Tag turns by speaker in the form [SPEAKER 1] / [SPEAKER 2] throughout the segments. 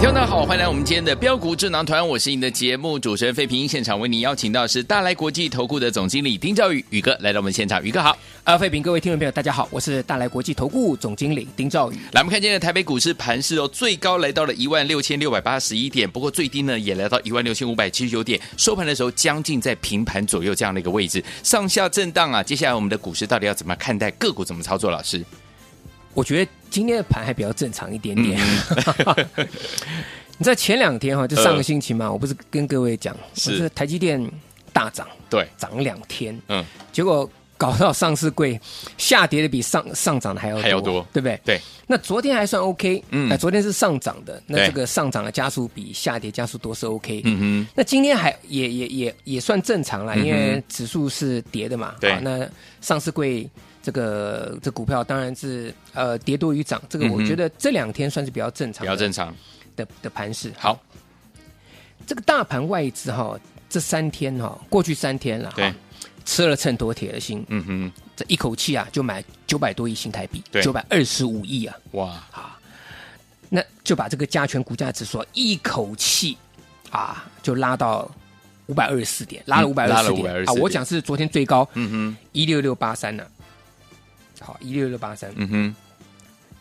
[SPEAKER 1] 听众大家好，欢迎来我们今天的标股智囊团，我是你的节目主持人费平。现场为您邀请到是大来国际投顾的总经理丁兆宇宇哥来到我们现场，宇哥好。
[SPEAKER 2] 啊，费平，各位听众朋友，大家好，我是大来国际投顾总经理丁兆宇。
[SPEAKER 1] 来，我们看今天的台北股市盘势哦，最高来到了一万六千六百八十一点，不过最低呢也来到一万六千五百七十九点，收盘的时候将近在平盘左右这样的一个位置，上下震荡啊。接下来我们的股市到底要怎么看待个股怎么操作？老师，
[SPEAKER 2] 我觉得今天的盘还比较正常一点点。
[SPEAKER 1] 嗯
[SPEAKER 2] 你知道前两天哈，就上个星期嘛，我不是跟各位讲，
[SPEAKER 1] 呃是
[SPEAKER 2] 我说台积电大涨，
[SPEAKER 1] 对，
[SPEAKER 2] 涨两天，
[SPEAKER 1] 嗯，
[SPEAKER 2] 结果搞到上市柜下跌的比上上涨的还要多
[SPEAKER 1] 还要多
[SPEAKER 2] 对不对？
[SPEAKER 1] 对，
[SPEAKER 2] 那昨天还算 OK，
[SPEAKER 1] 嗯
[SPEAKER 2] 嗯，昨天是上涨的，那
[SPEAKER 1] 对
[SPEAKER 2] 这个上涨的加速比下跌加速多是 OK，
[SPEAKER 1] 嗯
[SPEAKER 2] 那今天还也也也也算正常啦，
[SPEAKER 1] 嗯哼
[SPEAKER 2] 因为指数是跌的嘛。
[SPEAKER 1] 对
[SPEAKER 2] 好那上市柜这个这股票当然是呃跌多于涨，这个
[SPEAKER 1] 嗯
[SPEAKER 2] 我
[SPEAKER 1] 哼
[SPEAKER 2] 觉得这两天算是比较正
[SPEAKER 1] 哼，比
[SPEAKER 2] 常的，
[SPEAKER 1] 较正常。
[SPEAKER 2] 的的盘势。
[SPEAKER 1] 好，
[SPEAKER 2] 这个大盘外资哈、这三天哈、过去三天了，
[SPEAKER 1] 对，
[SPEAKER 2] 吃了秤砣铁了心，
[SPEAKER 1] 嗯哼，
[SPEAKER 2] 这一口气啊就买九百多亿新台币，
[SPEAKER 1] 对
[SPEAKER 2] 九百二十五亿啊，
[SPEAKER 1] 哇，
[SPEAKER 2] 那就把这个加权股价指数啊一口气啊就拉到五百二十四点，拉了五百
[SPEAKER 1] 嗯拉
[SPEAKER 2] 二
[SPEAKER 1] 了
[SPEAKER 2] 十
[SPEAKER 1] 524
[SPEAKER 2] 点
[SPEAKER 1] 点
[SPEAKER 2] 啊！我讲是昨天最高
[SPEAKER 1] 嗯哼，
[SPEAKER 2] 一六六八三呢，好一六六八三，
[SPEAKER 1] 嗯哼，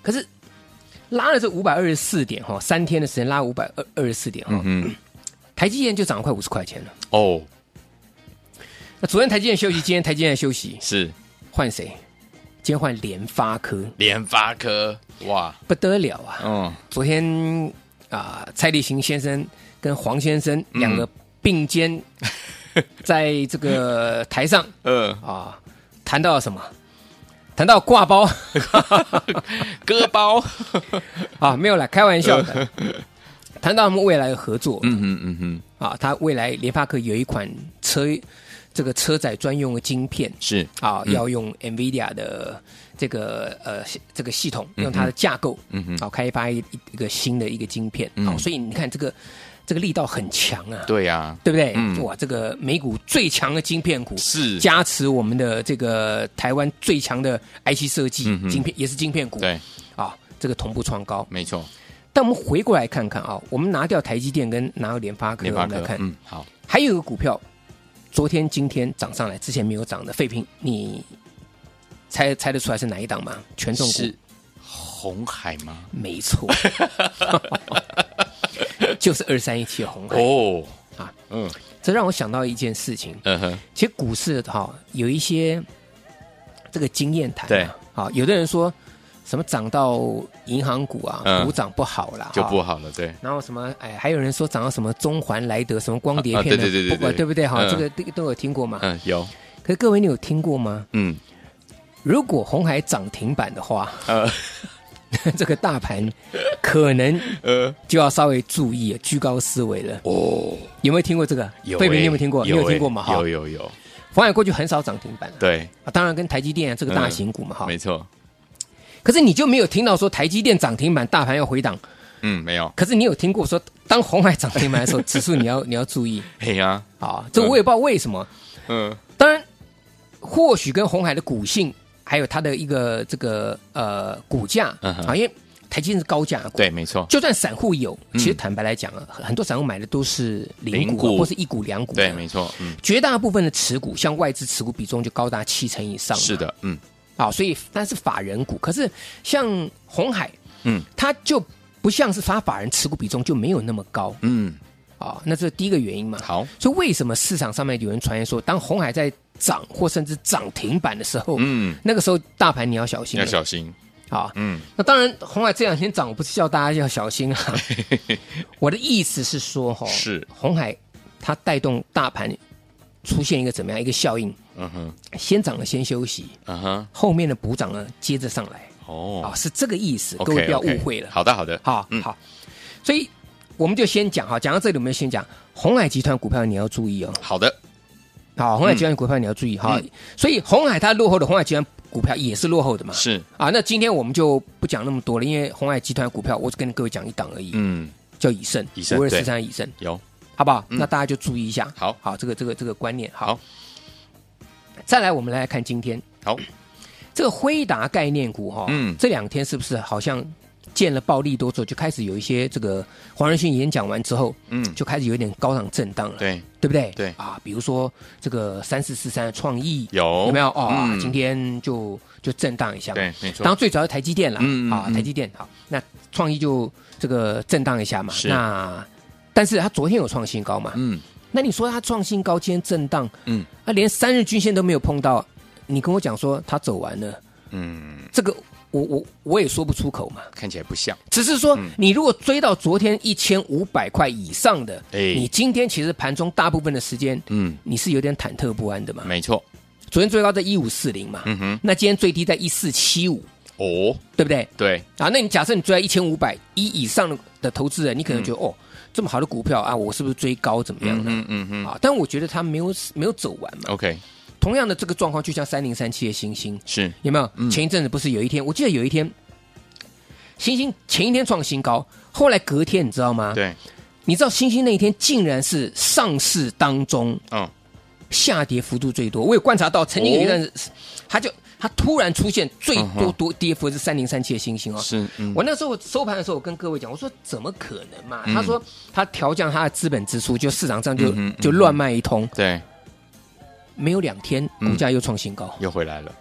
[SPEAKER 2] 可是拉了这五百二十四点哈，三天的时间拉五百二二十四点哈
[SPEAKER 1] 嗯，哼，
[SPEAKER 2] 台积电就涨了快五十块钱了。
[SPEAKER 1] 哦，
[SPEAKER 2] 那昨天台积电休息，今天台积电休息，
[SPEAKER 1] 是
[SPEAKER 2] 换谁？今天换联发科，
[SPEAKER 1] 联发科，哇，
[SPEAKER 2] 不得了啊！
[SPEAKER 1] 嗯，
[SPEAKER 2] 昨天啊、蔡立行先生跟黄先生两个并肩，在这个台上
[SPEAKER 1] 呃，
[SPEAKER 2] 啊，谈到了什么？谈到挂包
[SPEAKER 1] 割包，
[SPEAKER 2] 啊，没有啦，开玩笑的。谈到他们未来的合作
[SPEAKER 1] 嗯哼嗯哼，
[SPEAKER 2] 啊，他未来联发科有一款车，这个车载专用的晶片
[SPEAKER 1] 是，
[SPEAKER 2] 啊，
[SPEAKER 1] 嗯
[SPEAKER 2] 要用 NVIDIA 的这个呃系这个系统，用它的架构，
[SPEAKER 1] 嗯哼，
[SPEAKER 2] 好、开发一一个新的一个晶片，好、
[SPEAKER 1] 嗯
[SPEAKER 2] 所以你看这个这个力道很强啊，
[SPEAKER 1] 对呀，
[SPEAKER 2] 对不对？
[SPEAKER 1] 嗯
[SPEAKER 2] 哇，这个美股最强的晶片股，
[SPEAKER 1] 是，
[SPEAKER 2] 加持我们的这个台湾最强的 IC 设计、
[SPEAKER 1] 嗯哼
[SPEAKER 2] 晶片，也是晶片股，
[SPEAKER 1] 对，
[SPEAKER 2] 啊，这个同步创高。
[SPEAKER 1] 没错，
[SPEAKER 2] 但我们回过来看看啊，我们拿掉台积电跟拿掉联发科，
[SPEAKER 1] 联发
[SPEAKER 2] 我们
[SPEAKER 1] 科
[SPEAKER 2] 来，看，
[SPEAKER 1] 嗯，好，
[SPEAKER 2] 还有一个股票，昨天今天涨上来，之前没有涨的废品，你猜猜得出来是哪一档吗？权重股
[SPEAKER 1] 是红海吗？
[SPEAKER 2] 没错， 就是二三一七红海。
[SPEAKER 1] 哦，
[SPEAKER 2] 啊，
[SPEAKER 1] 嗯
[SPEAKER 2] 这让我想到一件事情，
[SPEAKER 1] 嗯哼，
[SPEAKER 2] 其实股市哈、有一些这个经验谈、啊，
[SPEAKER 1] 对
[SPEAKER 2] 啊，有的人说什么涨到银行股啊，
[SPEAKER 1] 嗯
[SPEAKER 2] 股涨不好啦，
[SPEAKER 1] 就
[SPEAKER 2] 哈
[SPEAKER 1] 不好了，对，
[SPEAKER 2] 然后什么？哎，还有人说涨到什么中环、莱德、什么光碟片
[SPEAKER 1] 啊啊
[SPEAKER 2] 的，
[SPEAKER 1] 对对对对
[SPEAKER 2] 不管
[SPEAKER 1] 对
[SPEAKER 2] 对不对？哈、
[SPEAKER 1] 嗯
[SPEAKER 2] 这个这个都有听过嘛。
[SPEAKER 1] 嗯，有，
[SPEAKER 2] 可是各位，你有听过吗？
[SPEAKER 1] 嗯
[SPEAKER 2] 如果红海涨停板的话，
[SPEAKER 1] 呃
[SPEAKER 2] 这个大盘可能
[SPEAKER 1] 呃，
[SPEAKER 2] 就要稍微注意了，居高思维了。
[SPEAKER 1] 哦，
[SPEAKER 2] 有没有听过这个？
[SPEAKER 1] 有
[SPEAKER 2] 贝贝，
[SPEAKER 1] 欸
[SPEAKER 2] 你有没有听过？你有
[SPEAKER 1] 欸
[SPEAKER 2] 听过吗？哈
[SPEAKER 1] 有，有有，
[SPEAKER 2] 红海过去很少涨停板、啊，
[SPEAKER 1] 对，嗯
[SPEAKER 2] 啊，当然跟台积电、啊、这个大型股嘛，哈、
[SPEAKER 1] 没错，
[SPEAKER 2] 可是你就没有听到说台积电涨停板，大盘要回档。
[SPEAKER 1] 嗯，没有，
[SPEAKER 2] 可是你有听过说，当红海涨停 板的时候，指数你要你要注意
[SPEAKER 1] 嘿呀，
[SPEAKER 2] 啊。这我也不知道为什么。
[SPEAKER 1] 嗯，
[SPEAKER 2] 当然，或许跟红海的股性，还有它的一个这个呃股价
[SPEAKER 1] 嗯哼
[SPEAKER 2] 啊，因为台积电是高价股，
[SPEAKER 1] 对，没错，
[SPEAKER 2] 就算散户有，
[SPEAKER 1] 嗯
[SPEAKER 2] 其实坦白来讲啊，很很多散户买的都是零
[SPEAKER 1] 零
[SPEAKER 2] 股
[SPEAKER 1] 股
[SPEAKER 2] 啊或是一股两股啊，
[SPEAKER 1] 对，没错，嗯，
[SPEAKER 2] 绝大部分的持股，像外资持股比重就高达七成以上，
[SPEAKER 1] 是，的，嗯
[SPEAKER 2] 啊，所以但是法人股，可是像红海，
[SPEAKER 1] 嗯，
[SPEAKER 2] 它就不像是发法人持股比重就没有那么高
[SPEAKER 1] 嗯，
[SPEAKER 2] 啊，那这是第一个原因嘛。
[SPEAKER 1] 好，
[SPEAKER 2] 所以为什么市场上面有人传言说，当红海在涨或甚至涨停板的时候，
[SPEAKER 1] 嗯，
[SPEAKER 2] 那个时候大盘你要小心
[SPEAKER 1] 要
[SPEAKER 2] 了，
[SPEAKER 1] 小心，
[SPEAKER 2] 啊。
[SPEAKER 1] 嗯，
[SPEAKER 2] 那当然，红海这两天 涨，我不是叫大家要小心啊。我的意思是说，哈，
[SPEAKER 1] 是
[SPEAKER 2] 红海它带动大盘出现一个怎么样一个效应？
[SPEAKER 1] 嗯哼，
[SPEAKER 2] 先涨了先休息，
[SPEAKER 1] 嗯哼，
[SPEAKER 2] 后面的补涨呢接着上来啊、
[SPEAKER 1] 哦，
[SPEAKER 2] 是这个意思，
[SPEAKER 1] OK，
[SPEAKER 2] 各位不要
[SPEAKER 1] OK，
[SPEAKER 2] 误会了。
[SPEAKER 1] 好的，好的，
[SPEAKER 2] 好、
[SPEAKER 1] 嗯
[SPEAKER 2] 好，所以我们就先讲哈，讲到这里我们就先讲红海集团股票你要注意哦，
[SPEAKER 1] 好的，
[SPEAKER 2] 好，啊红海集团股票你要注意哈、
[SPEAKER 1] 嗯
[SPEAKER 2] 所以红海它落后的红海集团股票也是落后的嘛，
[SPEAKER 1] 是，
[SPEAKER 2] 啊，那今天我们就不讲那么多了，因为红海集团股票我只跟各位讲一档而已，
[SPEAKER 1] 嗯，
[SPEAKER 2] 叫以盛，
[SPEAKER 1] 以盛
[SPEAKER 2] 五二
[SPEAKER 1] 对
[SPEAKER 2] 四三以盛，
[SPEAKER 1] 有，
[SPEAKER 2] 好不好？
[SPEAKER 1] 嗯
[SPEAKER 2] 那大家就注意一下，
[SPEAKER 1] 好
[SPEAKER 2] 好，这个这个这个观念，
[SPEAKER 1] 好，
[SPEAKER 2] 再来我们来看今天
[SPEAKER 1] 好，
[SPEAKER 2] 这个辉达概念股哈、
[SPEAKER 1] 嗯
[SPEAKER 2] 这两天是不是好像见了暴利多之后，就开始有一些这个黄仁勋演讲完之后，
[SPEAKER 1] 嗯，
[SPEAKER 2] 就开始有一点高档震荡了，
[SPEAKER 1] 对，
[SPEAKER 2] 对不对？
[SPEAKER 1] 对
[SPEAKER 2] 啊，比如说这个三四四三的创意
[SPEAKER 1] 有
[SPEAKER 2] 有没有？哦，
[SPEAKER 1] 嗯
[SPEAKER 2] 今天就就震荡一下，
[SPEAKER 1] 对，没错，
[SPEAKER 2] 当然最主要是台积电啦，
[SPEAKER 1] 嗯嗯
[SPEAKER 2] 啊，
[SPEAKER 1] 嗯
[SPEAKER 2] 台积电好，那创意就这个震荡一下嘛，
[SPEAKER 1] 是
[SPEAKER 2] 那但是它昨天有创新高嘛，
[SPEAKER 1] 嗯，
[SPEAKER 2] 那你说它创新高，今天震荡，
[SPEAKER 1] 嗯，
[SPEAKER 2] 啊，连三日均线都没有碰到，你跟我讲说它走完了，
[SPEAKER 1] 嗯，
[SPEAKER 2] 这个我我我也说不出口嘛，
[SPEAKER 1] 看起来不像，
[SPEAKER 2] 只是说
[SPEAKER 1] 嗯
[SPEAKER 2] 你如果追到昨天一千五百块以上的，
[SPEAKER 1] 哎
[SPEAKER 2] 你今天其实盘中大部分的时间。
[SPEAKER 1] 嗯，
[SPEAKER 2] 你是有点忐忑不安的嘛？
[SPEAKER 1] 没错，
[SPEAKER 2] 昨天最高在一五四零嘛，
[SPEAKER 1] 嗯哼，
[SPEAKER 2] 那今天最低在一四七五，
[SPEAKER 1] 哦，
[SPEAKER 2] 对不对？
[SPEAKER 1] 对，
[SPEAKER 2] 啊，那你假设你追在一千五百一以上的投资人，你可能觉得、哦，这么好的股票啊，我是不是追高怎么
[SPEAKER 1] 嗯
[SPEAKER 2] 样呢？
[SPEAKER 1] 哼，嗯哼
[SPEAKER 2] 啊，但我觉得它没有没有走完嘛。
[SPEAKER 1] ，OK，
[SPEAKER 2] 同样的这个状况，就像三零三七的星星，
[SPEAKER 1] 是，
[SPEAKER 2] 有没有？
[SPEAKER 1] 嗯
[SPEAKER 2] 前一阵子不是有一天，我记得有一天，星星前一天创新高，后来隔天你知道吗？
[SPEAKER 1] 对，
[SPEAKER 2] 你知道星星那一天竟然是上市当中
[SPEAKER 1] 嗯，
[SPEAKER 2] 下跌幅度最多。我有观察到，曾经有一段
[SPEAKER 1] 哦
[SPEAKER 2] 时，它就它突然出现最多
[SPEAKER 1] 嗯哼
[SPEAKER 2] 多跌幅是三零三七的星星哦，
[SPEAKER 1] 是，嗯
[SPEAKER 2] 我那时候收盘的时候，我跟各位讲，我说怎么可能嘛？
[SPEAKER 1] 嗯
[SPEAKER 2] 他说他调降他的资本支出，就市场上就、
[SPEAKER 1] 嗯哼嗯哼
[SPEAKER 2] 就乱卖一通，
[SPEAKER 1] 对，
[SPEAKER 2] 没有两天
[SPEAKER 1] 嗯
[SPEAKER 2] 股价又创新高，
[SPEAKER 1] 又回来了，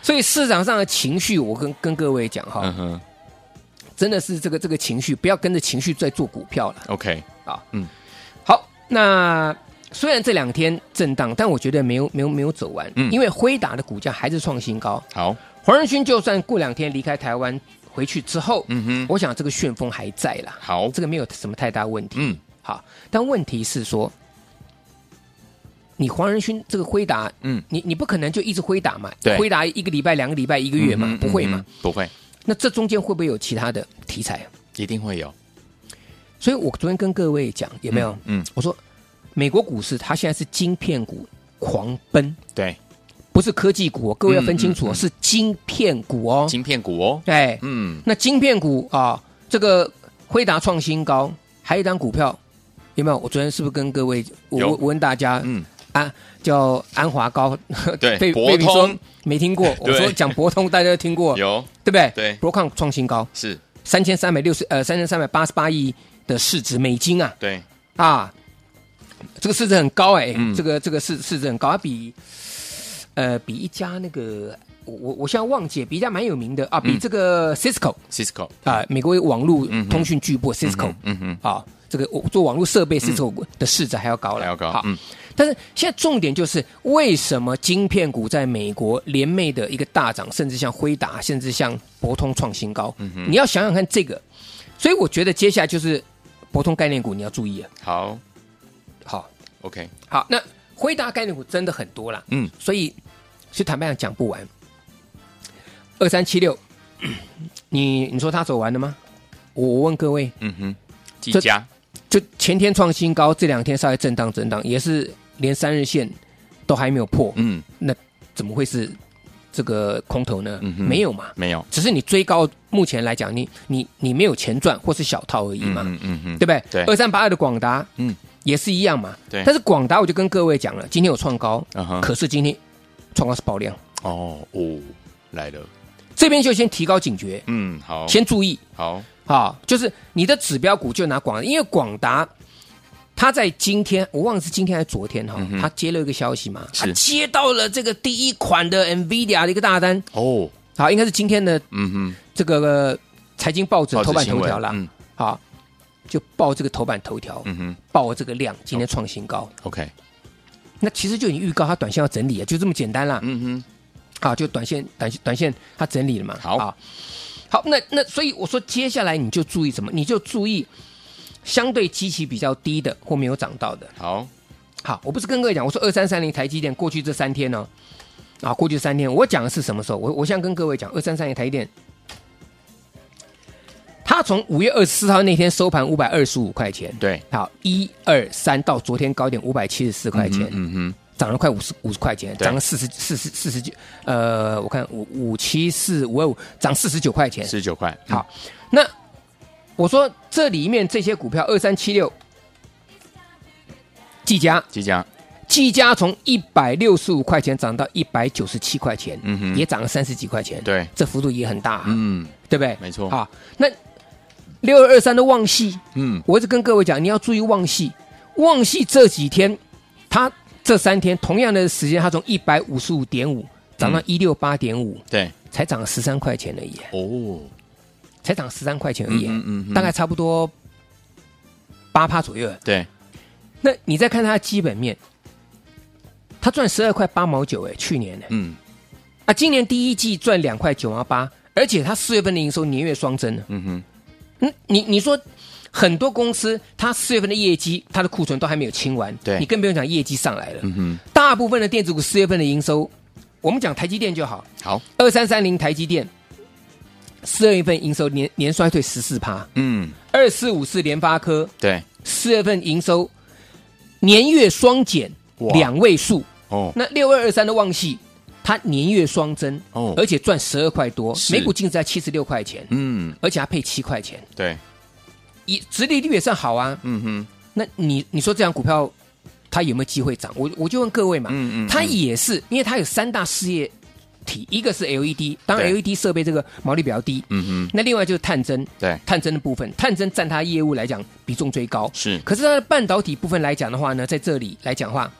[SPEAKER 2] 所以市场上的情绪，我跟跟各位讲哈，
[SPEAKER 1] 嗯哼
[SPEAKER 2] 真的是这个这个情绪，不要跟着情绪在做股票了
[SPEAKER 1] ，OK，
[SPEAKER 2] 啊。
[SPEAKER 1] 嗯，
[SPEAKER 2] 好，那虽然这两天震荡，但我觉得没有没有没有走完，
[SPEAKER 1] 嗯
[SPEAKER 2] 因为辉达的股价还是创新高，
[SPEAKER 1] 好，
[SPEAKER 2] 黄仁勋就算过两天离开台湾回去之后，
[SPEAKER 1] 嗯哼，
[SPEAKER 2] 我想这个旋风还在啦，
[SPEAKER 1] 好，
[SPEAKER 2] 这个没有什么太大问题。
[SPEAKER 1] 嗯
[SPEAKER 2] 好，但问题是说，你黄仁勋这个辉达，
[SPEAKER 1] 嗯，
[SPEAKER 2] 你你不可能就一直辉达嘛，
[SPEAKER 1] 对
[SPEAKER 2] 辉达一个礼拜、两个礼拜、一个月嘛，
[SPEAKER 1] 嗯哼
[SPEAKER 2] 不会
[SPEAKER 1] 嗯
[SPEAKER 2] 嘛？
[SPEAKER 1] 哼不会，
[SPEAKER 2] 那这中间会不会有其他的题材？
[SPEAKER 1] 一定会有，
[SPEAKER 2] 所以我昨天跟各位讲，有没有？
[SPEAKER 1] 嗯，
[SPEAKER 2] 我说美国股市它现在是晶片股狂奔，
[SPEAKER 1] 对，
[SPEAKER 2] 不是科技股、哦，各位要分清楚哦，
[SPEAKER 1] 嗯嗯嗯
[SPEAKER 2] 是晶片股哦。
[SPEAKER 1] 晶片股哦，
[SPEAKER 2] 哎，
[SPEAKER 1] 嗯，
[SPEAKER 2] 那晶片股啊，这个辉达创新高，还有一张股票。有没有？我昨天是不是跟各位，我
[SPEAKER 1] 有
[SPEAKER 2] 我问大家，
[SPEAKER 1] 嗯，
[SPEAKER 2] 啊，叫安华高，
[SPEAKER 1] 对
[SPEAKER 2] 被
[SPEAKER 1] 博
[SPEAKER 2] 被你说
[SPEAKER 1] 通
[SPEAKER 2] 没听过，我
[SPEAKER 1] 对
[SPEAKER 2] 说讲博通大家都听过，对
[SPEAKER 1] 有
[SPEAKER 2] 不对？
[SPEAKER 1] 对
[SPEAKER 2] 博康创新高
[SPEAKER 1] 是，
[SPEAKER 2] 三千三百六十呃三千三百八十八亿的市值美金啊
[SPEAKER 1] 对，
[SPEAKER 2] 啊，这个市值很高哎、
[SPEAKER 1] 嗯
[SPEAKER 2] 这个这个市市值很高，它比呃比一家那个我我我现在忘记，比一家蛮有名的啊，比
[SPEAKER 1] 嗯
[SPEAKER 2] 这个 Cisco
[SPEAKER 1] Cisco，
[SPEAKER 2] 啊、美国网络
[SPEAKER 1] 嗯哼
[SPEAKER 2] 通讯巨擘 Cisco、
[SPEAKER 1] 嗯哼，嗯
[SPEAKER 2] 啊，这个我做网络设备 Cisco 的市值还要高了，
[SPEAKER 1] 还要高
[SPEAKER 2] 好，，
[SPEAKER 1] 嗯，
[SPEAKER 2] 但是现在重点就是，为什么晶片股在美国联袂的一个大涨，甚至像辉达，甚至像博通创新高？
[SPEAKER 1] 嗯
[SPEAKER 2] 你要想想看这个。所以我觉得接下来就是博通概念股你要注意了。
[SPEAKER 1] 好
[SPEAKER 2] 好，
[SPEAKER 1] ，OK，
[SPEAKER 2] 好，那辉达概念股真的很多啦，
[SPEAKER 1] 嗯，
[SPEAKER 2] 所以是坦白讲讲不完。二三七六， 你你说它走完了吗？我我问各位，
[SPEAKER 1] 嗯哼，技
[SPEAKER 2] 这
[SPEAKER 1] 嘉，
[SPEAKER 2] 就前天创新高，这两天稍微震荡震荡，也是连三日线都还没有破，
[SPEAKER 1] 嗯，
[SPEAKER 2] 怎么会是这个空头呢？
[SPEAKER 1] 嗯哼
[SPEAKER 2] 没有嘛，
[SPEAKER 1] 没有，
[SPEAKER 2] 只是你追高，目前来讲，你你你没有钱赚或是小套而已
[SPEAKER 1] 嗯
[SPEAKER 2] 嘛，
[SPEAKER 1] 嗯嗯嗯，
[SPEAKER 2] 对不对？
[SPEAKER 1] 对
[SPEAKER 2] 二三八二的广达，
[SPEAKER 1] 嗯
[SPEAKER 2] 嗯，也是一样嘛。
[SPEAKER 1] 对
[SPEAKER 2] 但是广达我就跟各位讲了，今天有创高，
[SPEAKER 1] 嗯哼，
[SPEAKER 2] 可是今天创高是爆量，
[SPEAKER 1] 哦哦，来了，
[SPEAKER 2] 这边就先提高警觉，
[SPEAKER 1] 嗯，好，
[SPEAKER 2] 先注意
[SPEAKER 1] 好，
[SPEAKER 2] 啊，就是你的指标股就拿广达，因为广达。它在今天，我忘了是今天还是昨天哈、
[SPEAKER 1] 嗯
[SPEAKER 2] 他
[SPEAKER 1] 哼
[SPEAKER 2] 它揭露一个消息嘛，
[SPEAKER 1] 是
[SPEAKER 2] 它接到了这个第一款的 NVIDIA 的一个大单，
[SPEAKER 1] 哦，
[SPEAKER 2] 好，应该是今天的
[SPEAKER 1] 嗯
[SPEAKER 2] 这个呃财经报纸
[SPEAKER 1] 哼，
[SPEAKER 2] 头版
[SPEAKER 1] 新
[SPEAKER 2] 头
[SPEAKER 1] 闻
[SPEAKER 2] 条啦，
[SPEAKER 1] 嗯
[SPEAKER 2] 好，就报这个头版头条，
[SPEAKER 1] 嗯哼
[SPEAKER 2] 报这个量，今天创新高，
[SPEAKER 1] ，OK，
[SPEAKER 2] 那其实就已经预告它短线要整理了，就这么简单啦，
[SPEAKER 1] 嗯
[SPEAKER 2] 啊，就短线短短线它整理了嘛，
[SPEAKER 1] 好
[SPEAKER 2] 啊好，那那所以我说接下来你就注意什么？你就注意相对基期比较低的或没有涨到的。
[SPEAKER 1] 好，
[SPEAKER 2] 好，我不是跟各位讲，我说二三三零台积电过去这三天呢、啊，过去三天我讲的是什么时候？我我现在跟各位讲，二三三零台积电，它从五月二十四号那天收盘五百二十五块钱，
[SPEAKER 1] 对，
[SPEAKER 2] 好，一二三到昨天高点五百七十四块钱，
[SPEAKER 1] 嗯
[SPEAKER 2] 涨了快五十五十块钱，
[SPEAKER 1] 对
[SPEAKER 2] 涨了四十四十四十九，呃，我看五五七四五二五，涨四十九块钱
[SPEAKER 1] 哼，。十九块，嗯
[SPEAKER 2] 好，那我说这里面这些股票二三七六，技嘉，
[SPEAKER 1] 即将，
[SPEAKER 2] 技嘉从一百六十五块钱涨到一百九十七块钱，
[SPEAKER 1] 嗯哼
[SPEAKER 2] 也涨了三十几块钱，，
[SPEAKER 1] 对，
[SPEAKER 2] 这幅度也很大、啊，
[SPEAKER 1] 嗯
[SPEAKER 2] 对不对？
[SPEAKER 1] 没错
[SPEAKER 2] 好，那六二二三的旺系，
[SPEAKER 1] 嗯，
[SPEAKER 2] 我一直跟各位讲，你要注意旺系。旺系这几天，它这三天同样的时间，它从一百五十五点五
[SPEAKER 1] 嗯
[SPEAKER 2] 涨到一六八点五，
[SPEAKER 1] 对，
[SPEAKER 2] 才涨十三块钱而已，
[SPEAKER 1] 哦，
[SPEAKER 2] 才涨十三块钱而已，
[SPEAKER 1] 嗯嗯嗯嗯
[SPEAKER 2] 大概差不多八趴左右。
[SPEAKER 1] 对，
[SPEAKER 2] 那你再看它的基本面，它赚十二块八毛九，哎，去年呢
[SPEAKER 1] 嗯
[SPEAKER 2] 啊，今年第一季赚两块九毛八，而且它四月份的营收年月双增呢。啊
[SPEAKER 1] 嗯哼，
[SPEAKER 2] 嗯，你你说很多公司它四月份的业绩，它的库存都还没有清完，
[SPEAKER 1] 对
[SPEAKER 2] 你更不用讲业绩上来了。
[SPEAKER 1] 嗯哼，
[SPEAKER 2] 大部分的电子股四月份的营收，我们讲台积电就好，
[SPEAKER 1] 好，
[SPEAKER 2] 二三三零台积电四月份营收年年衰退十四趴，
[SPEAKER 1] 嗯，
[SPEAKER 2] 二四五四联发科
[SPEAKER 1] 对，
[SPEAKER 2] 四月份营收年月双减
[SPEAKER 1] 哇
[SPEAKER 2] 两位数，
[SPEAKER 1] 哦，
[SPEAKER 2] 那六二二三的旺系。它年月双增
[SPEAKER 1] 哦
[SPEAKER 2] 而且赚十二块多，
[SPEAKER 1] 是
[SPEAKER 2] 每股净值在七十六块钱，
[SPEAKER 1] 嗯，
[SPEAKER 2] 而且它配七块钱，
[SPEAKER 1] 对，
[SPEAKER 2] 以殖利率也算好啊。
[SPEAKER 1] 嗯哼，
[SPEAKER 2] 那你你说这样股票它有没有机会涨？我我就问各位嘛，
[SPEAKER 1] 嗯嗯嗯
[SPEAKER 2] 它也是，因为它有三大事业体，一个是 LED，当然
[SPEAKER 1] 对
[SPEAKER 2] LED 设备这个毛利比较低，
[SPEAKER 1] 嗯哼，
[SPEAKER 2] 那另外就是探针，
[SPEAKER 1] 对，
[SPEAKER 2] 探针的部分，探针占它业务来讲比重最高，
[SPEAKER 1] 是，
[SPEAKER 2] 可是它的半导体部分来讲的话呢，在这里来讲的话，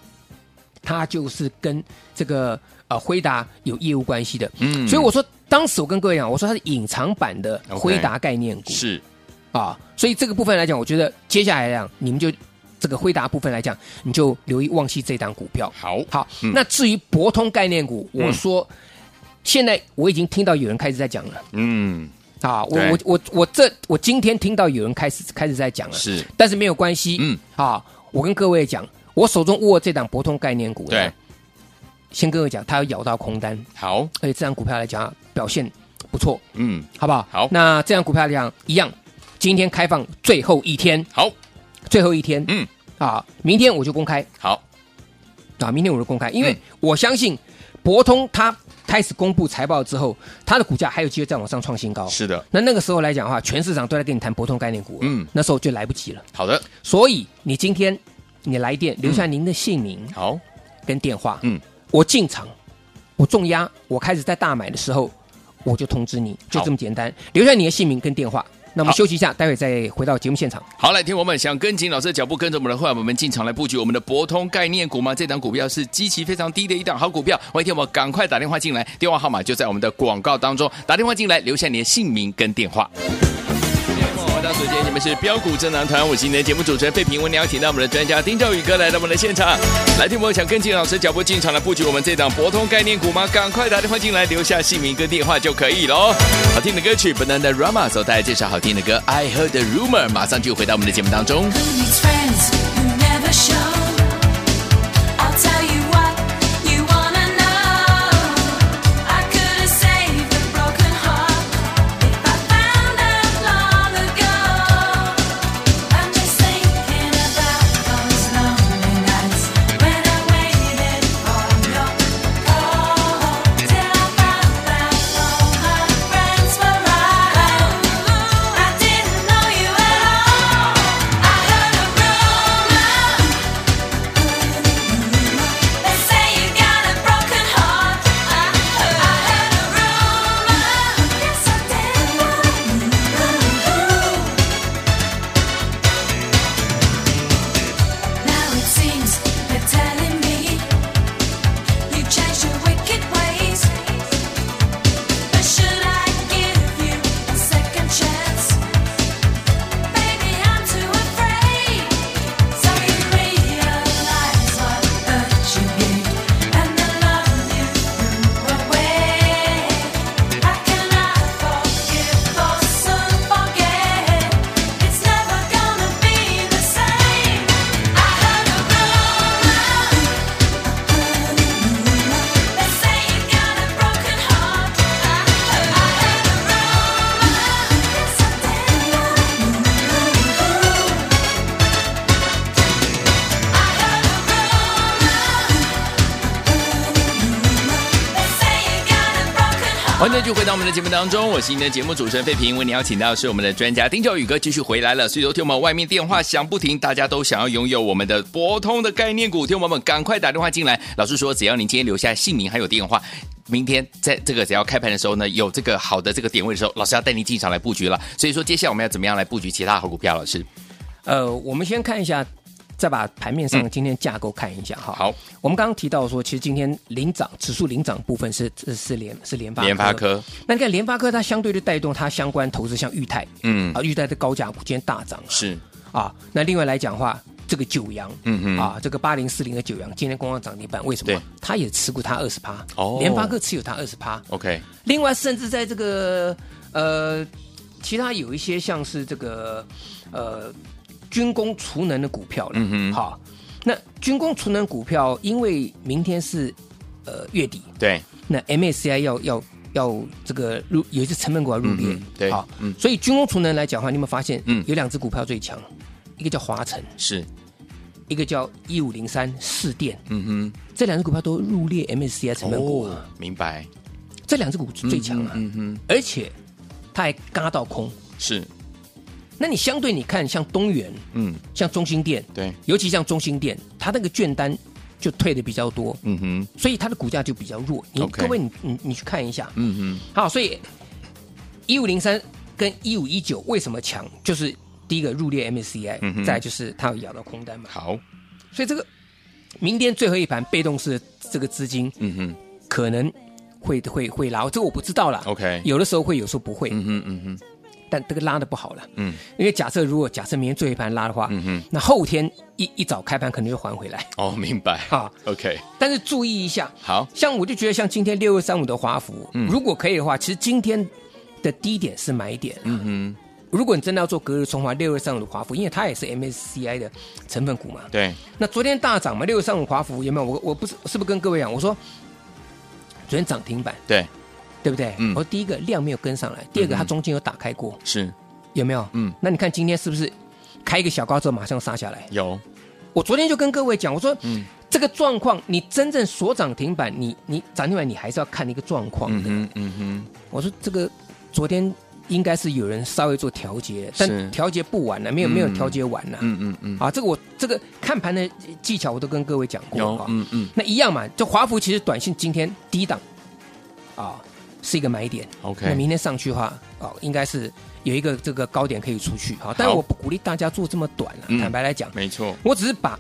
[SPEAKER 2] 它就是跟这个呃辉达有业务关系的，
[SPEAKER 1] 嗯
[SPEAKER 2] 所以我说当时我跟各位讲，我说它是隐藏版的
[SPEAKER 1] OK
[SPEAKER 2] 辉达概念股，
[SPEAKER 1] 是，
[SPEAKER 2] 啊，所以这个部分来讲，我觉得接下来来讲，你们就这个回答部分来讲，你就留意旺西这档股票。
[SPEAKER 1] 好，
[SPEAKER 2] 好，
[SPEAKER 1] 嗯
[SPEAKER 2] 那至于博通概念股，
[SPEAKER 1] 嗯
[SPEAKER 2] 我说、现在我已经听到有人开始在讲了
[SPEAKER 1] 嗯，
[SPEAKER 2] 啊，我
[SPEAKER 1] 对
[SPEAKER 2] 我我我这我今天听到有人开始开始在讲了，
[SPEAKER 1] 是，
[SPEAKER 2] 但是没有关系，
[SPEAKER 1] 嗯，
[SPEAKER 2] 啊，我跟各位讲，我手中握这档博通概念股，
[SPEAKER 1] 对，，
[SPEAKER 2] 先跟各位讲，它要咬到空单，
[SPEAKER 1] 好，
[SPEAKER 2] 而且这档股票来讲啊表现不错，
[SPEAKER 1] 嗯，
[SPEAKER 2] 好不好？
[SPEAKER 1] 好
[SPEAKER 2] 那这档股票来讲一样，今天开放最后一天。
[SPEAKER 1] 好，
[SPEAKER 2] 最后一天，
[SPEAKER 1] 嗯，
[SPEAKER 2] 啊，明天我就公开
[SPEAKER 1] 好，
[SPEAKER 2] 啊，明天我就公开，因为
[SPEAKER 1] 嗯
[SPEAKER 2] 我相信博通它开始公布财报之后，它的股价还有机会再往上创新高。
[SPEAKER 1] 是的，
[SPEAKER 2] 那那个时候来讲的话，全市场都在跟你谈博通概念股，
[SPEAKER 1] 嗯
[SPEAKER 2] 嗯，那时候就来不及了。
[SPEAKER 1] 好的，
[SPEAKER 2] 所以你今天你来电留下您的姓名
[SPEAKER 1] 好，
[SPEAKER 2] 跟电话，
[SPEAKER 1] 嗯
[SPEAKER 2] 嗯，我进场，我重压，我开始在大买的时候，我就通知你，就
[SPEAKER 1] 好
[SPEAKER 2] 这么简单，留下你的姓名跟电话。那我们
[SPEAKER 1] 好
[SPEAKER 2] 休息一下，待会再回到节目现场。
[SPEAKER 1] 好，来，听我们想跟紧老师的脚步，跟着我们的会员我们进场来布局我们的博通概念股吗？这档股票是基期非常低的一档好股票，欢迎听我们赶快打电话进来，电话号码就在我们的广告当中，打电话进来留下你的姓名跟电话。回到首先，你们是标股智囊团，我是你的节目主持人费平。我们邀请到我们的专家丁兆宇哥来到我们的现场，来听我们想跟进老师脚步进场来布局我们这档博通概念股吗？赶快打电话进来，留下姓名跟电话就可以喽。好听的歌曲，Banana Rama 所带来这首好听的歌《I Heard the Rumor》，马上就回到我们的节目当中。
[SPEAKER 3] Who needs friends who never show? I'll tell you what you wanna know. I could have saved a broken heart if I found out long ago. I'm just thinking about those lonely nights when I waited for your call till I found out all my friends were right. I didn't know you at all. I heard a rumor.
[SPEAKER 1] 欢迎继续回到我们的节目当中，我是您的节目主持人费平，为您邀请到的是我们的专家丁兆宇哥继续回来了。所以昨天我们外面电话响不停，大家都想要拥有我们的博通的概念股，听我们赶快打电话进来。老师说，只要您今天留下姓名还有电话。明天在这个只要开盘的时候呢，有这个好的这个点位的时候，老师要带您进场来布局了。所以说，接下来我们要怎么样来布局其他好股票？老师，
[SPEAKER 2] 呃，我们先看一下，再把盘面上今天架构看一下哈。
[SPEAKER 1] 嗯好，
[SPEAKER 2] 我们刚刚提到说，其实今天领涨指数领涨部分是是是联是联发
[SPEAKER 1] 联发科，
[SPEAKER 2] 那你看联发科它相对就带动它相关投资，像裕泰
[SPEAKER 1] 嗯，
[SPEAKER 2] 啊，裕泰的高价股今天大涨
[SPEAKER 1] 是，
[SPEAKER 2] 啊。那另外来讲的话，这个九阳，
[SPEAKER 1] 嗯嗯
[SPEAKER 2] 啊，这个八零四零的九阳今天刚刚涨停板，为什
[SPEAKER 1] 对
[SPEAKER 2] 么？它也持股它二十趴，
[SPEAKER 1] 哦
[SPEAKER 2] 联发科持有它二十趴，
[SPEAKER 1] ，OK，
[SPEAKER 2] 另外，甚至在这个呃，其他有一些像是这个呃军工储能的股票了，
[SPEAKER 1] 嗯哼
[SPEAKER 2] 好，那军工储能股票，因为明天是呃月底，
[SPEAKER 1] 对，
[SPEAKER 2] 那 MSCI 要要要这个入有一些成分股要入列，
[SPEAKER 1] 嗯哼对
[SPEAKER 2] 好，
[SPEAKER 1] 嗯
[SPEAKER 2] 所以军工储能来讲的话，你有没有发现，
[SPEAKER 1] 嗯
[SPEAKER 2] 有两只股票最强，一个叫华晨，
[SPEAKER 1] 是，
[SPEAKER 2] 一个叫一五零三市电，
[SPEAKER 1] 嗯
[SPEAKER 2] 这两只股票都入列 MSCI 成
[SPEAKER 1] 哼，
[SPEAKER 2] 分股啊，，
[SPEAKER 1] 明白，
[SPEAKER 2] 这两只股最强啊，
[SPEAKER 1] 嗯哼，
[SPEAKER 2] 而且它还嘎到空。
[SPEAKER 1] 是，
[SPEAKER 2] 那你相对你看，像东元、
[SPEAKER 1] 嗯，
[SPEAKER 2] 像中心店，
[SPEAKER 1] 对，
[SPEAKER 2] 尤其像中心店，它那个券单就退的比较多，
[SPEAKER 1] 嗯哼，
[SPEAKER 2] 所以它的股价就比较弱。你
[SPEAKER 1] OK
[SPEAKER 2] 各位，你你你去看一下，
[SPEAKER 1] 嗯哼。
[SPEAKER 2] 好，所以一五零三跟一五一九为什么强？就是第一个入列 MSCI，、
[SPEAKER 1] 嗯哼
[SPEAKER 2] 再来就是它有咬到空单嘛，
[SPEAKER 1] 好，
[SPEAKER 2] 所以这个明天最后一盘被动式的这个资金
[SPEAKER 1] 嗯哼
[SPEAKER 2] 可能会会会拉，这个我不知道啦。
[SPEAKER 1] ，OK，
[SPEAKER 2] 有的时候会，有时候不会，
[SPEAKER 1] 嗯哼，嗯哼，
[SPEAKER 2] 但这个拉的不好了。
[SPEAKER 1] 嗯
[SPEAKER 2] 因为假设如果假设明天最后一盘拉的话，
[SPEAKER 1] 嗯哼，
[SPEAKER 2] 那后天一一早开盘可能就还回来
[SPEAKER 1] 哦，明白
[SPEAKER 2] 啊。
[SPEAKER 1] ，OK，
[SPEAKER 2] 但是注意一下，
[SPEAKER 1] 好，
[SPEAKER 2] 像我就觉得像今天六月三五的华孚，
[SPEAKER 1] 嗯
[SPEAKER 2] 如果可以的话，其实今天的低点是买点。啊
[SPEAKER 1] 嗯哼，
[SPEAKER 2] 如果你真的要做隔日冲华，六月三五的华孚，因为它也是 MSCI 的成分股嘛。
[SPEAKER 1] 对，
[SPEAKER 2] 那昨天大涨嘛，六月三五华孚有没有？我我不是是不是跟各位讲，我说昨天涨停板，
[SPEAKER 1] 对，
[SPEAKER 2] 对不对？
[SPEAKER 1] 嗯
[SPEAKER 2] 我说第一个量没有跟上来，第二个
[SPEAKER 1] 嗯哼
[SPEAKER 2] 它中间有打开过，
[SPEAKER 1] 是
[SPEAKER 2] 有没有？
[SPEAKER 1] 嗯
[SPEAKER 2] 那你看今天是不是开一个小高之后马上杀下来？
[SPEAKER 1] 有，
[SPEAKER 2] 我昨天就跟各位讲，我说，
[SPEAKER 1] 嗯
[SPEAKER 2] 这个状况，你真正所涨停板，你你涨停板，你还是要看一个状况
[SPEAKER 1] 嗯
[SPEAKER 2] 的。
[SPEAKER 1] 哼，嗯
[SPEAKER 2] 我说这个昨天应该是有人稍微做调节，
[SPEAKER 1] 是
[SPEAKER 2] 但调节不完了、啊没有、没有
[SPEAKER 1] 嗯
[SPEAKER 2] 调节完呢、
[SPEAKER 1] 哼，嗯嗯嗯，
[SPEAKER 2] 啊，这个我这个看盘的技巧我都跟各位讲过
[SPEAKER 1] 有
[SPEAKER 2] 啊，。
[SPEAKER 1] 嗯嗯
[SPEAKER 2] 那一样嘛，这华孚其实短线今天低档啊是一个买点，那
[SPEAKER 1] ，OK，
[SPEAKER 2] 明天上去的话，哦，应该是有一个这个高点可以出去啊，但
[SPEAKER 1] 好
[SPEAKER 2] 我不鼓励大家做这么短了、
[SPEAKER 1] 嗯
[SPEAKER 2] 坦白来讲。
[SPEAKER 1] 没错，
[SPEAKER 2] 我只是把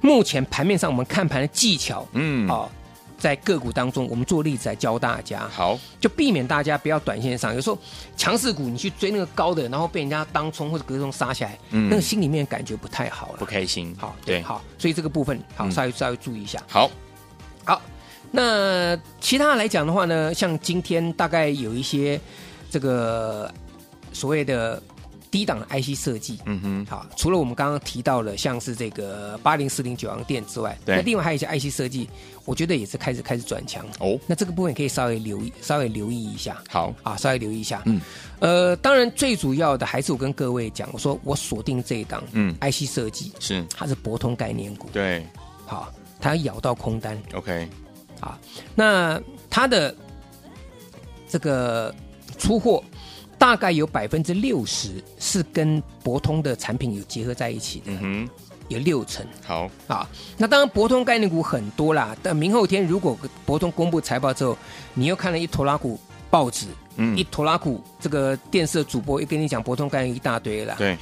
[SPEAKER 2] 目前盘面上我们看盘的技巧，
[SPEAKER 1] 嗯，
[SPEAKER 2] 哦，在个股当中，我们做例子来教大家，
[SPEAKER 1] 好，
[SPEAKER 2] 就避免大家不要短线上。有时候强势股你去追那个高的，然后被人家当冲或者隔冲杀下来，
[SPEAKER 1] 嗯
[SPEAKER 2] 那个心里面感觉不太好
[SPEAKER 1] 不
[SPEAKER 2] 了。
[SPEAKER 1] 开心，
[SPEAKER 2] 好，对，
[SPEAKER 1] 对，
[SPEAKER 2] 好，所以这个部分好
[SPEAKER 1] 嗯
[SPEAKER 2] 稍微稍微注意一下。
[SPEAKER 1] 好，
[SPEAKER 2] 好，那其他来讲的话呢，像今天大概有一些这个所谓的低档的 IC 设计，
[SPEAKER 1] 嗯哼，
[SPEAKER 2] 好，除了我们刚刚提到了像是这个八零四零九阳店之外，
[SPEAKER 1] 对
[SPEAKER 2] 那另外还有一些 IC 设计，我觉得也是开始开始转强。
[SPEAKER 1] 哦，
[SPEAKER 2] 那这个部分可以稍微留意，稍微留意一下
[SPEAKER 1] 好，
[SPEAKER 2] 啊，稍微留意一下。
[SPEAKER 1] 嗯，
[SPEAKER 2] 呃，当然最主要的还是我跟各位讲，我说我锁定这一档，
[SPEAKER 1] 嗯
[SPEAKER 2] ，IC 设计
[SPEAKER 1] 是，
[SPEAKER 2] 它是博通概念股，
[SPEAKER 1] 对
[SPEAKER 2] 好，它咬到空单
[SPEAKER 1] ，OK，
[SPEAKER 2] 啊，那它的这个出货。大概有百分之六十是跟博通的产品有结合在一起的，
[SPEAKER 1] 嗯哼，
[SPEAKER 2] 有六成
[SPEAKER 1] 好，
[SPEAKER 2] 啊。那当然，博通概念股很多啦，但明后天如果博通公布财报之后，你又看了一头拉股报纸，
[SPEAKER 1] 嗯
[SPEAKER 2] 一，头拉股这个电视主播又跟你讲博通概念一大堆啦，
[SPEAKER 1] 对，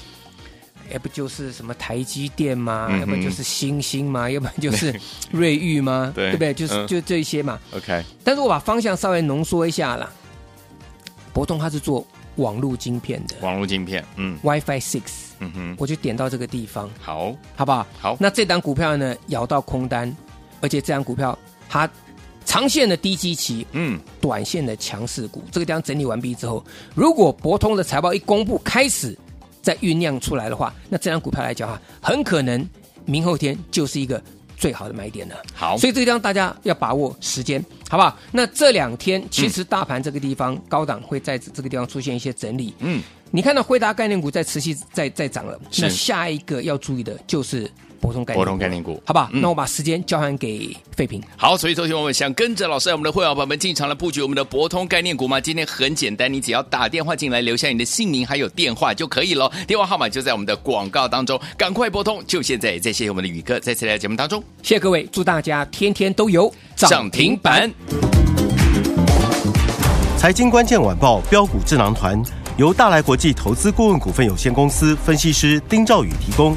[SPEAKER 2] 要不就是什么台积电嘛，
[SPEAKER 1] 嗯哼
[SPEAKER 2] 要不然就是星星嘛，要不然就是瑞昱嘛，
[SPEAKER 1] 对
[SPEAKER 2] 不对？就是、
[SPEAKER 1] 嗯
[SPEAKER 2] 就这些嘛。
[SPEAKER 1] ，OK，
[SPEAKER 2] 但是我把方向稍微浓缩一下啦，博通它是做网络晶片的
[SPEAKER 1] 网络晶片，嗯
[SPEAKER 2] WiFi Six，
[SPEAKER 1] 嗯哼，
[SPEAKER 2] 我就点到这个地方，
[SPEAKER 1] 好，
[SPEAKER 2] 好不好？
[SPEAKER 1] 好，
[SPEAKER 2] 那这档股票呢，咬到空单，而且这档股票它长线的低基期，
[SPEAKER 1] 嗯，
[SPEAKER 2] 短线的强势股，这个地方整理完毕之后，如果博通的财报一公布，开始在酝酿出来的话，那这档股票来讲啊，很可能明后天就是一个最好的买点了。
[SPEAKER 1] 好，
[SPEAKER 2] 所
[SPEAKER 1] 以，
[SPEAKER 2] 以这个地方大家要把握时间，好不好？那这两天其实大盘这个地方、嗯高档会在这个地方出现一些整理，
[SPEAKER 1] 嗯，
[SPEAKER 2] 你看到辉达概念股在持续在在涨了，
[SPEAKER 1] 是
[SPEAKER 2] 那下一个要注意的就是博通概念
[SPEAKER 1] 博通概念股
[SPEAKER 2] 好不好？
[SPEAKER 1] 嗯
[SPEAKER 2] 那我把时间交还给费平。
[SPEAKER 1] 好，所以昨天我们想跟着老师，我们的会员宝宝们进场来布局我们的博通概念股吗？今天很简单，你只要打电话进来，留下你的姓名还有电话就可以了。电话号码就在我们的广告当中，赶快拨通，就现在！也再谢谢我们的宇哥，再次来节目当中
[SPEAKER 2] 谢谢各位，祝大家天天都有
[SPEAKER 1] 涨停板。
[SPEAKER 4] 财经关键晚报标股智囊团由大来国际投资顾问股份有限公司分析师丁兆宇提供。